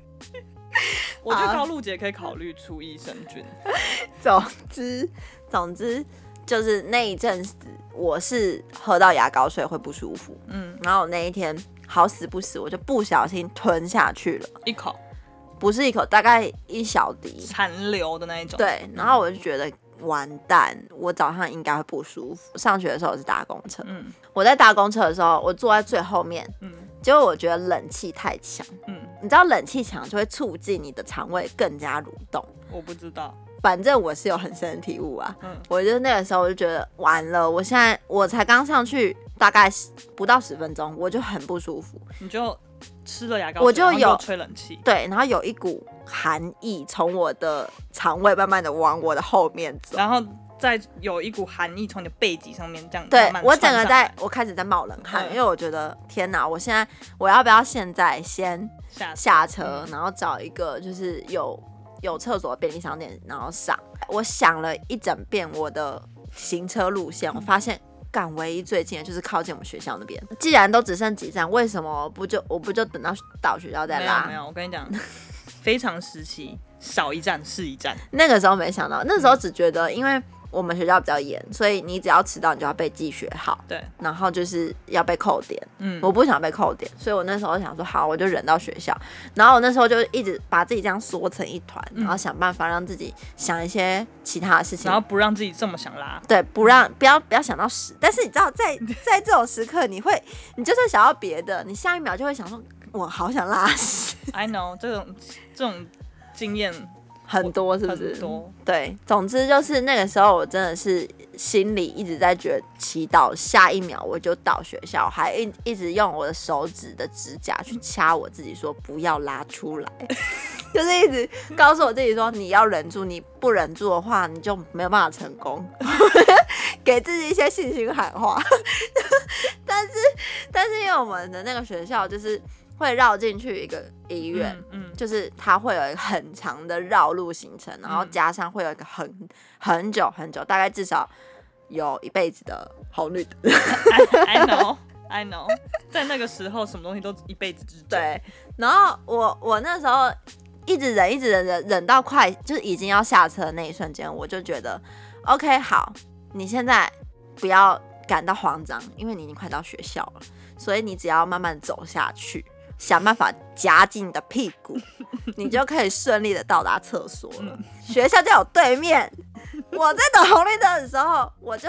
[SPEAKER 1] 我觉得
[SPEAKER 2] 好
[SPEAKER 1] 高露洁可以考虑出益生菌。
[SPEAKER 2] 总之总之就是那一阵子我是喝到牙膏水会不舒服，
[SPEAKER 1] 嗯，
[SPEAKER 2] 然后那一天好死不死我就不小心吞下去了，
[SPEAKER 1] 一口
[SPEAKER 2] 不是一口，大概一小滴，
[SPEAKER 1] 残留的那一种。，
[SPEAKER 2] 对，然后我就觉得完蛋，我早上应该会不舒服。上学的时候我是搭公车，
[SPEAKER 1] 嗯
[SPEAKER 2] 我在搭公车的时候，我坐在最后面，
[SPEAKER 1] 嗯
[SPEAKER 2] 结果我觉得冷气太强，
[SPEAKER 1] 嗯，
[SPEAKER 2] 你知道冷气强就会促进你的肠胃更加蠕动。
[SPEAKER 1] 我不知道。
[SPEAKER 2] 反正我是有很深的体悟啊，
[SPEAKER 1] 嗯
[SPEAKER 2] 我就那个时候我就觉得完了，我现在我才刚上去大概十不到十分钟，我就很不舒服，
[SPEAKER 1] 你就吃了牙膏水，
[SPEAKER 2] 我就
[SPEAKER 1] 然后
[SPEAKER 2] 有
[SPEAKER 1] 又吹冷气，
[SPEAKER 2] 对，然后有一股寒意从我的肠胃慢慢的往我的后面走。
[SPEAKER 1] 然后再有一股寒意从你的背脊上面这样
[SPEAKER 2] 对
[SPEAKER 1] 慢慢
[SPEAKER 2] 我整
[SPEAKER 1] 窜
[SPEAKER 2] 个
[SPEAKER 1] 上
[SPEAKER 2] 在
[SPEAKER 1] 来，
[SPEAKER 2] 我开始在冒冷汗，
[SPEAKER 1] 嗯
[SPEAKER 2] 因为我觉得天哪，我现在我要不要现在先
[SPEAKER 1] 下
[SPEAKER 2] 下车，然后找一个就是有有厕所的便利商店，然后上。我想了一整遍我的行车路线，我发现。干唯一最近的就是靠近我们学校那边。既然都只剩几站，为什么不就我不就等到到学校再
[SPEAKER 1] 没有
[SPEAKER 2] 拉？
[SPEAKER 1] 没有，我跟你讲，非常时期少一站是一站，
[SPEAKER 2] 那个时候没
[SPEAKER 1] 嗯
[SPEAKER 2] 想到，那时候只觉得因为我们学校比较严，所以你只要迟到，你就要被记学号，
[SPEAKER 1] 对，
[SPEAKER 2] 然后就是要被扣点。
[SPEAKER 1] 嗯，
[SPEAKER 2] 我不想被扣点，所以我那时候想说好，我就忍到学校。然后我那时候就一直把自己这样缩成一团，
[SPEAKER 1] 嗯
[SPEAKER 2] 然后想办法让自己想一些其他的事情
[SPEAKER 1] 然后。不让自己这么想拉，
[SPEAKER 2] 对，不让不要不要想到屎，但是你知道，在 在这种时刻，你会，你就算想要别的，你下一秒就会想说，我好想拉屎，
[SPEAKER 1] I know 这种这种经验
[SPEAKER 2] 很多是不是？
[SPEAKER 1] 很多，
[SPEAKER 2] 对，总之就是那个时候，我真的是心里一直在觉得祈祷下一秒我就到学校，还一一直用我的手指的指甲去掐我自己，说不要拉出来， 就是一直告诉我自己说你要忍住，你不忍住的话，你就没有办法成功， 给自己一些信心喊话。 但是，但是因为我们的那个学校就是会绕进去一个医院，
[SPEAKER 1] 嗯，嗯，
[SPEAKER 2] 就是它会有一个很长的绕路行程，然后加上会有一个很很久很久，大概至少有一辈子的红绿灯。
[SPEAKER 1] I know I know，在 那个时候什么东西都一辈子之久，
[SPEAKER 2] 对，然后我我那时候一直忍，一直忍忍忍到快就是已经要下车的那一瞬间，我就觉得 OK 好，你现在不要感到慌张，因为你已经快到学校了，所以你只要慢慢走下去。想办法夹紧你的屁股，你就可以顺利的到达厕所了。学校就有对面，我在等红绿灯的时候，我就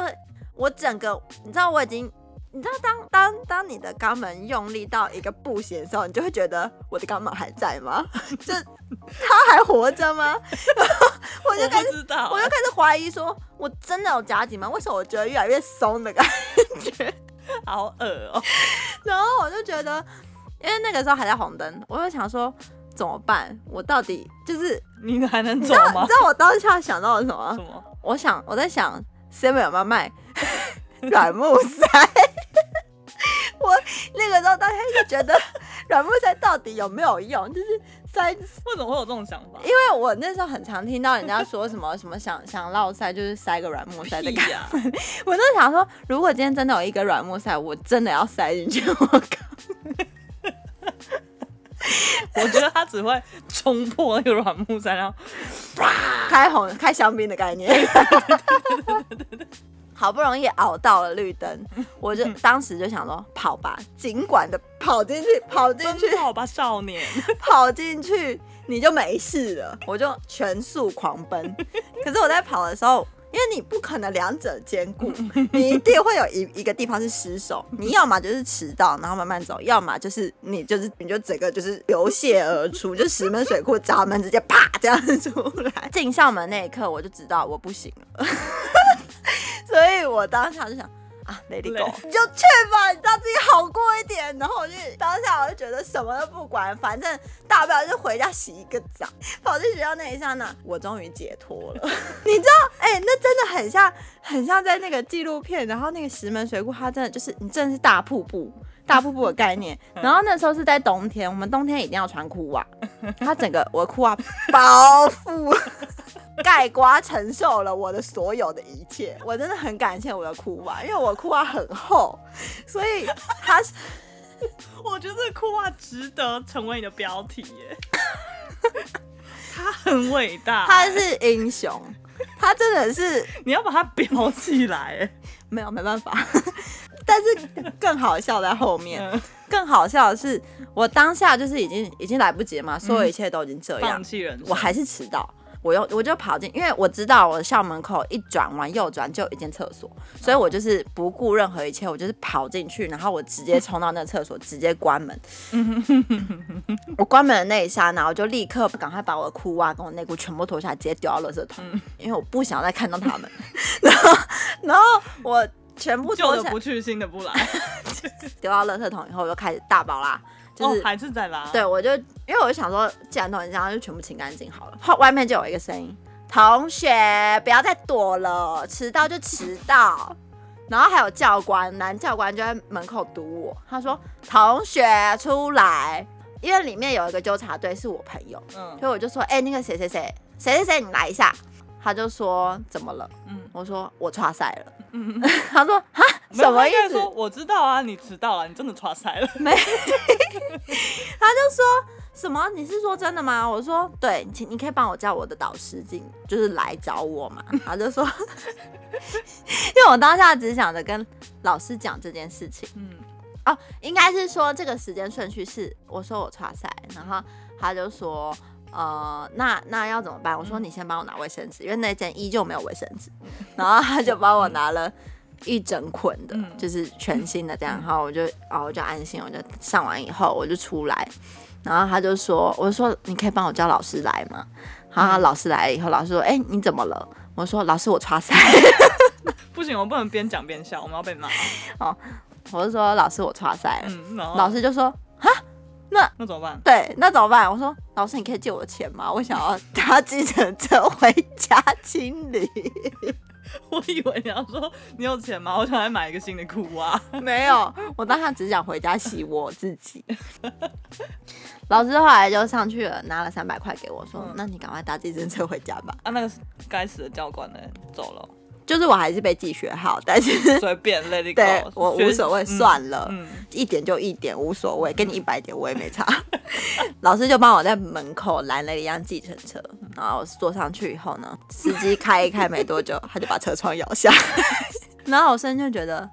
[SPEAKER 2] 我整个，你知道我已经，你知道当当当你的肛门用力到一个不行的时候，你就会觉得我的肛门还在吗？ 就它还活着吗？我就
[SPEAKER 1] 我
[SPEAKER 2] 开
[SPEAKER 1] 不
[SPEAKER 2] 始
[SPEAKER 1] 知道，
[SPEAKER 2] 我就开始怀疑说，我真的有夹紧吗？为什么我觉得越来越松的感觉？
[SPEAKER 1] 好恶哦，
[SPEAKER 2] 然后我就觉得，因为那个时候还在红灯，我就想说怎么办？我到底就是，
[SPEAKER 1] 你还能
[SPEAKER 2] 你
[SPEAKER 1] 走
[SPEAKER 2] 知道你
[SPEAKER 1] 吗
[SPEAKER 2] 知？道我当下想到了什么
[SPEAKER 1] 什？么？
[SPEAKER 2] 我想我在想 Seven 有没有卖 软木塞？ 我那个时候大家就觉得软木塞到底有没有用？就是塞，因
[SPEAKER 1] 为什么会有这种想 法？
[SPEAKER 2] 为我那时候很常听到人家说什么 什么想想落塞，就是塞个软木塞的
[SPEAKER 1] 屁
[SPEAKER 2] 感觉。
[SPEAKER 1] 呀、
[SPEAKER 2] 我就想说，如果今天真的有一个软木塞，我真的要塞进去。 我靠！
[SPEAKER 1] 我觉得他只会冲破那个软木塞，然后
[SPEAKER 2] 开红开香槟的概念。 好不容易熬到了绿灯，我就当时就想说跑吧，尽管的跑进去，跑进去
[SPEAKER 1] 奔，跑吧少年，
[SPEAKER 2] 跑进去你就没事了，我就全速狂奔。可是我在跑的时候，因为你不可能两者兼顾，你一定会有一一个地方是失手，你要么就是迟到，然后慢慢走，要么就是你就是你就整个就是流血而出，就石门水库闸门直接啪这样子出来。进校门那一刻，我就知道我不行了， 所以我当下就想。啊，Let it go，
[SPEAKER 1] Let-
[SPEAKER 2] 你就去吧，你让自己好过一点。然后我就当下我就觉得什么都不管，反正大不了就回家洗一个澡。 跑去学校那一刹那，我终于解脱了。你知道，哎、那真的很像，很像在那个纪录片，然后那个石门水库，它真的就是你真的是大瀑布，大瀑布的概念。然后那时候是在冬天，我们冬天一定要穿裤袜，它整个我的裤袜包覆。 盖瓜承受了我的所有的一切，我真的很感谢我的裤袜，因为我裤袜很厚，所以它是
[SPEAKER 1] 我觉得这个裤袜值得成为你的标题耶。 他很伟大，
[SPEAKER 2] 它是英雄，它真的是
[SPEAKER 1] 你要把它裱起来耶。
[SPEAKER 2] 没有没办法。 但是更好笑在后面，
[SPEAKER 1] 嗯
[SPEAKER 2] 更好笑的是，我当下就是已经已经来不及了嘛，所有一切都已经这样
[SPEAKER 1] 嗯放，弃人生，
[SPEAKER 2] 我还是迟到。我又我就跑进，因为我知道我校门口一转弯右转就有一间厕
[SPEAKER 1] 哦
[SPEAKER 2] 所，所以我就是不顾任何一切，我就是跑进去，然后我直接冲到那厕 所，直接关门。我关门的那一刹那，我就立刻赶快把我的裤袜跟我内裤全部脱下来，直接丢到垃圾桶，
[SPEAKER 1] 嗯
[SPEAKER 2] 因为我不想再看到他们。 然后，然后我全部
[SPEAKER 1] 旧
[SPEAKER 2] 脱
[SPEAKER 1] 的
[SPEAKER 2] 下
[SPEAKER 1] 不去，新的不来。
[SPEAKER 2] 丢到垃圾桶以后，我就开始大爆啦，就是、
[SPEAKER 1] 哦还是在拉，
[SPEAKER 2] 对，我就因为我就想说，既然都很这样，就全部清干净好了。后外面就有一个声音：“同学，不要再躲了，迟到就迟到。”然后还有教官，男教官就在门口堵我，他说：“同学出来，因为里面有一个纠察队是我朋友，
[SPEAKER 1] 嗯
[SPEAKER 2] 所以我就说：‘哎、那个谁谁谁谁谁谁，你来一下。’他就说：‘怎么了
[SPEAKER 1] 嗯？’
[SPEAKER 2] 我说：‘我岔赛了。
[SPEAKER 1] 嗯，’
[SPEAKER 2] 他说：‘哈，
[SPEAKER 1] 没有
[SPEAKER 2] 什么
[SPEAKER 1] 他
[SPEAKER 2] 意
[SPEAKER 1] 应该
[SPEAKER 2] 思？’
[SPEAKER 1] 说我知道啊，你迟到了，你真的抓 塞了。
[SPEAKER 2] 他就说什么？你是说真的吗？我说对，请你可以帮我叫我的导师进，就是来找我嘛。他就说， 因为我当下只想着跟老师讲这件事情
[SPEAKER 1] 嗯，
[SPEAKER 2] 哦，应该是说这个时间顺序是我说我差赛，然后他就说。呃，那那要怎么办？我说
[SPEAKER 1] 嗯
[SPEAKER 2] 你先帮我拿卫生纸，因为那件依旧没有卫生纸。 然后他就帮我拿了一整捆的，
[SPEAKER 1] 嗯
[SPEAKER 2] 就是全新的这样。然后我就，哦，我就安心，我就上完以后我就出来，然后他就说，我就说你可以帮我叫老师来吗？
[SPEAKER 1] 嗯
[SPEAKER 2] 然后他老师来了以后，老师说，哎、你怎么了？我说老师我擦塞，
[SPEAKER 1] 不行，我们不能边讲边笑，我们要 被骂。
[SPEAKER 2] 我就说老师我擦塞了。
[SPEAKER 1] 嗯，然后
[SPEAKER 2] 老师就说，
[SPEAKER 1] 那怎么办？
[SPEAKER 2] 对，那怎么办？我说老师你可以借我钱吗？我想要搭计程车回家清理。
[SPEAKER 1] 我以为你要说你有钱吗？我想来买一个新的裤啊袜。
[SPEAKER 2] 没有，我当下只想回家洗我自己。老师后来就上去了，拿了三百块给我说：“
[SPEAKER 1] 嗯
[SPEAKER 2] 那你赶快搭计程车回家吧。
[SPEAKER 1] 啊，那个该死的教官呢？走了，”
[SPEAKER 2] 就是我还是被记学号，但是
[SPEAKER 1] 随便 let it go，
[SPEAKER 2] 对我
[SPEAKER 1] 学
[SPEAKER 2] 无所谓，
[SPEAKER 1] 嗯
[SPEAKER 2] 算了，
[SPEAKER 1] 嗯，
[SPEAKER 2] 一点就一点，无所谓，给你一百点我也没差。老师就帮我在门口拦了一辆计程车，
[SPEAKER 1] 嗯
[SPEAKER 2] 然后我坐上去以后呢，司机开一开没多久，他就把车窗摇 下来，然后我瞬间就觉得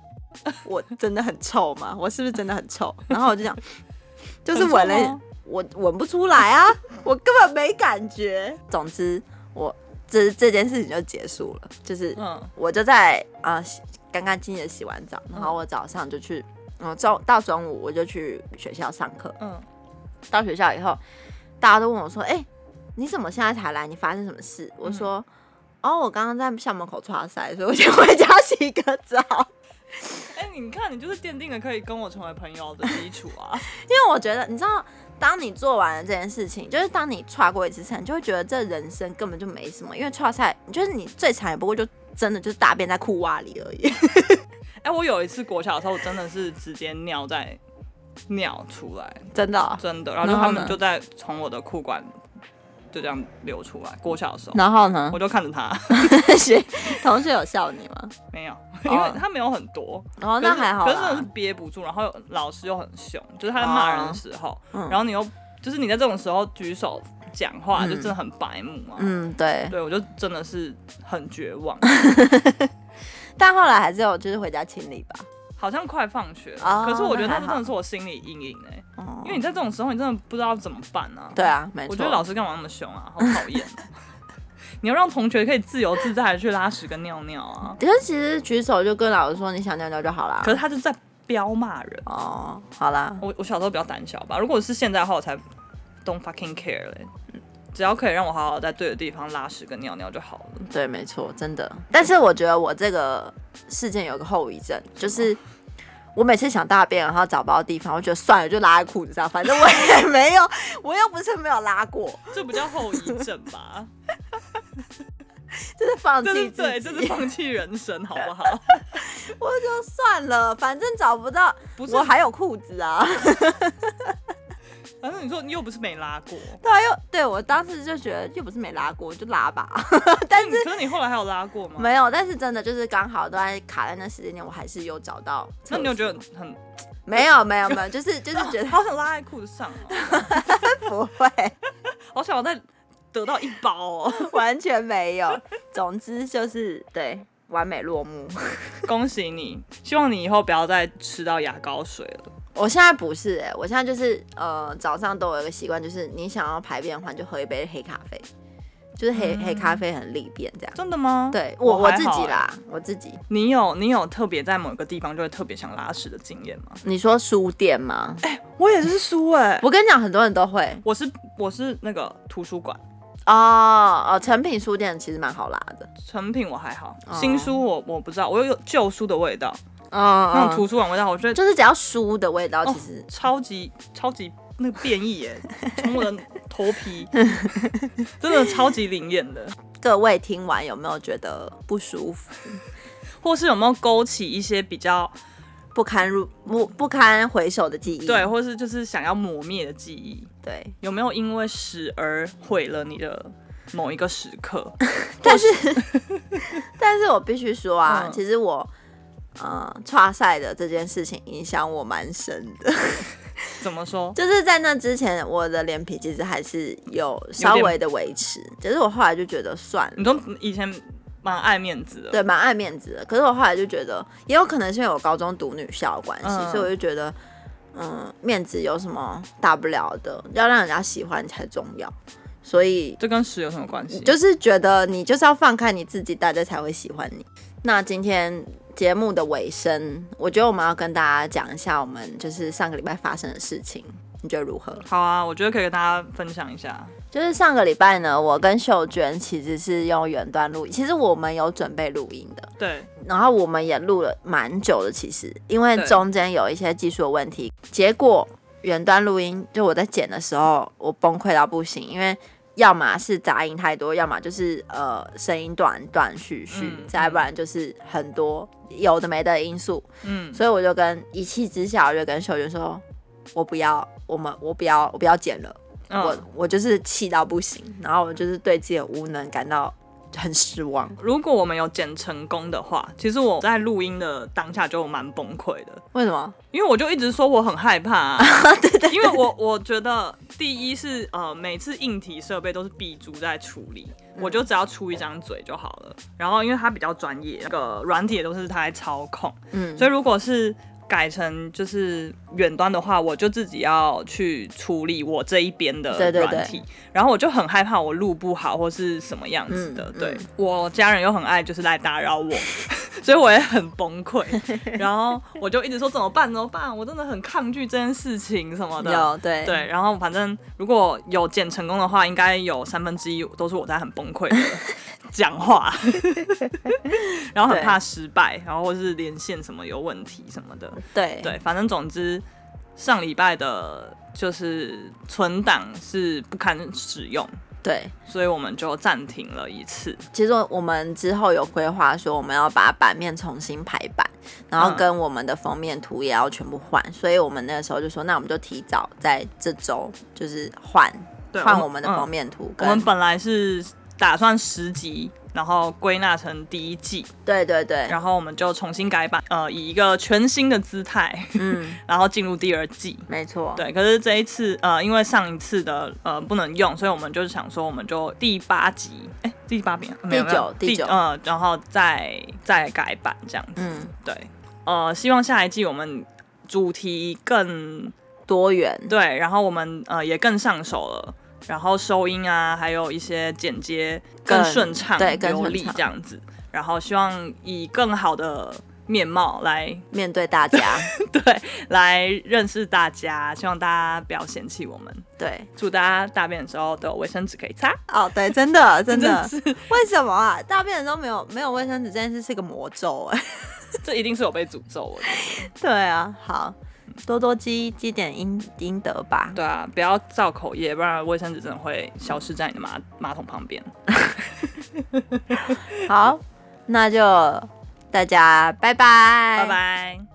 [SPEAKER 2] 我真的很臭吗？我是不是真的很臭？然后我 就想，就是
[SPEAKER 1] 很臭
[SPEAKER 2] 闻了
[SPEAKER 1] 吗，
[SPEAKER 2] 我闻不出来啊，我根本没感觉。总之，我这这件事情就结束了，就是
[SPEAKER 1] 嗯，
[SPEAKER 2] 我就在啊、呃洗干干净净地洗完澡，然后我早上就去，嗯，中到中午我就去学校上课。
[SPEAKER 1] 嗯，
[SPEAKER 2] 到学校以后，大家都问我说：“哎、你怎么现在才来？你发生什么事？”我说：“哦，我刚刚在校门口抓塞，所以我先回家洗个澡。
[SPEAKER 1] 哎、你看，你就是奠定了可以跟我成为朋友的基础啊。
[SPEAKER 2] 因为我觉得，你知道，当你做完了这件事情，就是当你跨过一次菜，你就会觉得这人生根本就没什么，因为跨菜，就是你最惨也不过就真的就是大便在裤袜里而已。
[SPEAKER 1] 哎、我有一次国小的时候，我真的是直接尿在尿出来，
[SPEAKER 2] 真的哦、
[SPEAKER 1] 真的，然后
[SPEAKER 2] 然
[SPEAKER 1] 就
[SPEAKER 2] 后
[SPEAKER 1] 他
[SPEAKER 2] 呢
[SPEAKER 1] 们就在从我的裤管就这样流出来。国小的时候，
[SPEAKER 2] 然后呢
[SPEAKER 1] 我？就看着他，
[SPEAKER 2] 学同学有笑你吗？
[SPEAKER 1] 没有，因为他没有很多，可
[SPEAKER 2] 哦，那
[SPEAKER 1] 是
[SPEAKER 2] 还好
[SPEAKER 1] 可是真的是
[SPEAKER 2] 啦。
[SPEAKER 1] 憋不住，然后老师又很凶，就是他在骂人的时候，
[SPEAKER 2] 嗯
[SPEAKER 1] 然后你又就是你在这种时候举手讲话，
[SPEAKER 2] 嗯
[SPEAKER 1] 就真的很白目啊。
[SPEAKER 2] 嗯，对，
[SPEAKER 1] 对，我就真的是很绝 望，
[SPEAKER 2] 但后来还是有就是回家清理吧。
[SPEAKER 1] 好像快放学了，
[SPEAKER 2] 哦
[SPEAKER 1] 可是我觉得
[SPEAKER 2] 那
[SPEAKER 1] 那
[SPEAKER 2] 还好
[SPEAKER 1] 真的是我心理阴影哎、
[SPEAKER 2] 哦
[SPEAKER 1] 因为你在这种时候，你真的不知道怎么办啊。
[SPEAKER 2] 对啊，没错。
[SPEAKER 1] 我觉得老师干嘛那么凶啊，好讨厌、 哦你要让同学可以自由自在的去拉屎跟尿尿啊，
[SPEAKER 2] 可是其实举手就跟老师说你想尿尿就好啦
[SPEAKER 1] 可。是他就在彪骂人。
[SPEAKER 2] 哦，好啦，
[SPEAKER 1] 我我小时候比较胆小吧，如果是现在的话，我才 don't fucking care 嘞、只要可以让我好好在对的地方拉屎跟尿尿就好了。
[SPEAKER 2] 对，没错，真的。但是我觉得我这个事件有个后遗症，就是我每次想大便然后找不到地方，我觉得算了，就拉在裤子上，反正我也没 有，我又不是没有拉过，
[SPEAKER 1] 这不叫后遗症吧？
[SPEAKER 2] 就是 放
[SPEAKER 1] 这
[SPEAKER 2] 弃
[SPEAKER 1] 是
[SPEAKER 2] 自
[SPEAKER 1] 对，这是
[SPEAKER 2] 己。
[SPEAKER 1] 放弃人生，好不好？
[SPEAKER 2] 我就算了，反正找不到，
[SPEAKER 1] 不是
[SPEAKER 2] 我，还有裤子啊。
[SPEAKER 1] 反正你说你又不是没拉过，
[SPEAKER 2] 对啊，又对我当时就觉得又不是没拉过，就拉吧。 但
[SPEAKER 1] 但是可是你后来还有拉过吗？
[SPEAKER 2] 没有，但是真的就是刚好都在卡在那时间点，我还是有找到厕
[SPEAKER 1] 那
[SPEAKER 2] 所。
[SPEAKER 1] 你有觉得很
[SPEAKER 2] 没有没有没有，就是就是觉得
[SPEAKER 1] 好想拉在裤子上哦，
[SPEAKER 2] 不会，
[SPEAKER 1] 好想我再得到一包哦！
[SPEAKER 2] 完全没有。总之就是对，完美落幕。
[SPEAKER 1] 恭喜你，希望你以后不要再吃到牙膏水了。
[SPEAKER 2] 我现在不是哎、我现在就是呃早上都有一个习惯，就是你想要排便的话，你就喝一杯黑咖啡，就是黑、黑咖啡很利便这样。
[SPEAKER 1] 真的吗？，
[SPEAKER 2] 对我
[SPEAKER 1] 我
[SPEAKER 2] 我
[SPEAKER 1] 还
[SPEAKER 2] 自
[SPEAKER 1] 好
[SPEAKER 2] 己
[SPEAKER 1] 欸
[SPEAKER 2] 啦，我自己。
[SPEAKER 1] 你有你有特别在某个地方就会特别想拉屎的经验吗？
[SPEAKER 2] 你说书店吗？
[SPEAKER 1] 我也是输哎、
[SPEAKER 2] 我跟你讲，很多人都会。
[SPEAKER 1] 我是我是那个图书馆
[SPEAKER 2] 哦哦，成品书店其实蛮好拉的
[SPEAKER 1] 成品我还好，
[SPEAKER 2] 哦
[SPEAKER 1] 新书我我不知道，我有旧书的味道，
[SPEAKER 2] 嗯，
[SPEAKER 1] 那种
[SPEAKER 2] 嗯
[SPEAKER 1] 图书馆味道，我觉得
[SPEAKER 2] 就是只要书的味道，
[SPEAKER 1] 哦
[SPEAKER 2] 其实、
[SPEAKER 1] 超级超级那个变异 耶，从我的头皮，真的超级灵验的。
[SPEAKER 2] 各位听完有没有觉得不舒服、
[SPEAKER 1] 或是有没有勾起一些比较
[SPEAKER 2] 不堪入不不堪回首的记忆？
[SPEAKER 1] 对，或是就是想要磨灭的记忆？
[SPEAKER 2] 对，
[SPEAKER 1] 有没有因为屎而毁了你的某一个时 刻？
[SPEAKER 2] 但是但是我必须说啊，
[SPEAKER 1] 嗯
[SPEAKER 2] 其实我呃，跨赛的这件事情影响我蛮深的，
[SPEAKER 1] 怎么说？
[SPEAKER 2] 就是在那之前，我的脸皮其实还是有稍微的维持，只是我后来就觉得算
[SPEAKER 1] 你
[SPEAKER 2] 了。
[SPEAKER 1] 都以前蛮爱面子的，
[SPEAKER 2] 对，蛮爱面子的。可是我后来就觉得，也有可能是因为我高中读女校的关系，
[SPEAKER 1] 嗯
[SPEAKER 2] 所以我就觉得，嗯，面子有什么大不了的？要让人家喜欢才重要。所以
[SPEAKER 1] 这跟屎有什么关系？
[SPEAKER 2] 就是觉得你就是要放开你自己，大家才会喜欢你。那今天节目的尾声，我觉得我们要跟大家讲一下我们就是上个礼拜发生的事情，你觉得如何？
[SPEAKER 1] 好啊，我觉得可以跟大家分享一下。
[SPEAKER 2] 就是上个礼拜呢，我跟秀娟其实是用远端录音，其实我们有准备录音的，
[SPEAKER 1] 对，
[SPEAKER 2] 然后我们也录了蛮久的，其实因为
[SPEAKER 1] 对
[SPEAKER 2] 中间有一些技术的问题，结果远端录音就我在剪的时候，我崩溃到不行，因为要么是杂音太多，要么就是呃声音断断续续，
[SPEAKER 1] 嗯
[SPEAKER 2] 再不然就是很多有的没的因素，
[SPEAKER 1] 嗯，
[SPEAKER 2] 所以我就跟一气之下，我就跟秀娟说，我不要，我们我不要，我不要剪了。
[SPEAKER 1] 嗯
[SPEAKER 2] 我我就是气到不行，然后我就是对自己的无能感到很失望。
[SPEAKER 1] 如果我们有剪成功的话，其实我在录音的当下就蛮崩溃的，
[SPEAKER 2] 为什么？
[SPEAKER 1] 因为我就一直说我很害怕、啊， 对对因为我我觉得第一是呃每次硬体设备都是 B 猪在处理，我就只要出一张嘴就好了。然后因为他比较专业，那个软体也都是他在操控，
[SPEAKER 2] 嗯，
[SPEAKER 1] 所以如果是改成就是远端的话，我就自己要去处理我这一边的
[SPEAKER 2] 对对
[SPEAKER 1] 软体，然后我就很害怕我录不好或是什么样子的。
[SPEAKER 2] 嗯
[SPEAKER 1] 对、
[SPEAKER 2] 嗯
[SPEAKER 1] 我家人又很爱就是来打 扰我，所以我也很崩溃。然后我就一直说怎么办怎么办，我真的很抗拒这件事情什么的。
[SPEAKER 2] 有对
[SPEAKER 1] 对，然后反正如果有剪成功的话，应该有三分之一都是我在很崩溃的 讲话，然后很
[SPEAKER 2] 对
[SPEAKER 1] 怕失败，然后或是连线什么有问题什么的。
[SPEAKER 2] 对
[SPEAKER 1] 对，反正总之上礼拜的就是存档是不堪使用，
[SPEAKER 2] 对
[SPEAKER 1] 所以我们就暂停了一次。
[SPEAKER 2] 其实我们之后有规划说，我们要把版面重新排版，然后
[SPEAKER 1] 嗯
[SPEAKER 2] 跟我们的封面图也要全部换，所以我们那个时候就说，那我们就提早在这周就是换
[SPEAKER 1] 对，
[SPEAKER 2] 换我们的
[SPEAKER 1] 嗯
[SPEAKER 2] 封面图
[SPEAKER 1] 我
[SPEAKER 2] 跟，
[SPEAKER 1] 们本来是打算十集，然后归纳成第一季，
[SPEAKER 2] 对对对，
[SPEAKER 1] 然后我们就重新改版，呃，以一个全新的姿态，
[SPEAKER 2] 嗯，
[SPEAKER 1] 然后进入第二季。
[SPEAKER 2] 没错，
[SPEAKER 1] 对，可是这一次，呃，因为上一次的呃不能用，所以我们就是想说，我们就第八集，哎、第八名，没有
[SPEAKER 2] 第
[SPEAKER 1] 没有
[SPEAKER 2] 九第九
[SPEAKER 1] 呃，然后再再改版这样子。
[SPEAKER 2] 嗯，
[SPEAKER 1] 对，呃，希望下一季我们主题更
[SPEAKER 2] 多元，
[SPEAKER 1] 对，然后我们呃也更上手了，然后收音啊，还有一些剪接更
[SPEAKER 2] 更
[SPEAKER 1] 顺畅、
[SPEAKER 2] 对更
[SPEAKER 1] 流
[SPEAKER 2] 顺
[SPEAKER 1] 利
[SPEAKER 2] 畅
[SPEAKER 1] 这样子，然后希望以更好的面貌来
[SPEAKER 2] 面对大家，
[SPEAKER 1] 对来认识大家，希望大家不要嫌弃我们。
[SPEAKER 2] 对。
[SPEAKER 1] 祝大家大便的时候都有卫生纸可以擦。
[SPEAKER 2] 哦，对，真 的， 真的，
[SPEAKER 1] 真
[SPEAKER 2] 为什么啊？大便的时候没有没有卫生纸这件事是个魔咒哎、
[SPEAKER 1] 这一定是有被诅咒我觉得
[SPEAKER 2] 对啊，好，多多积积点阴阴德吧。
[SPEAKER 1] 对啊，不要造口业，不然卫生纸真的会消失在你的马马桶旁边。
[SPEAKER 2] 好，那就大家拜拜，哎
[SPEAKER 1] 拜拜。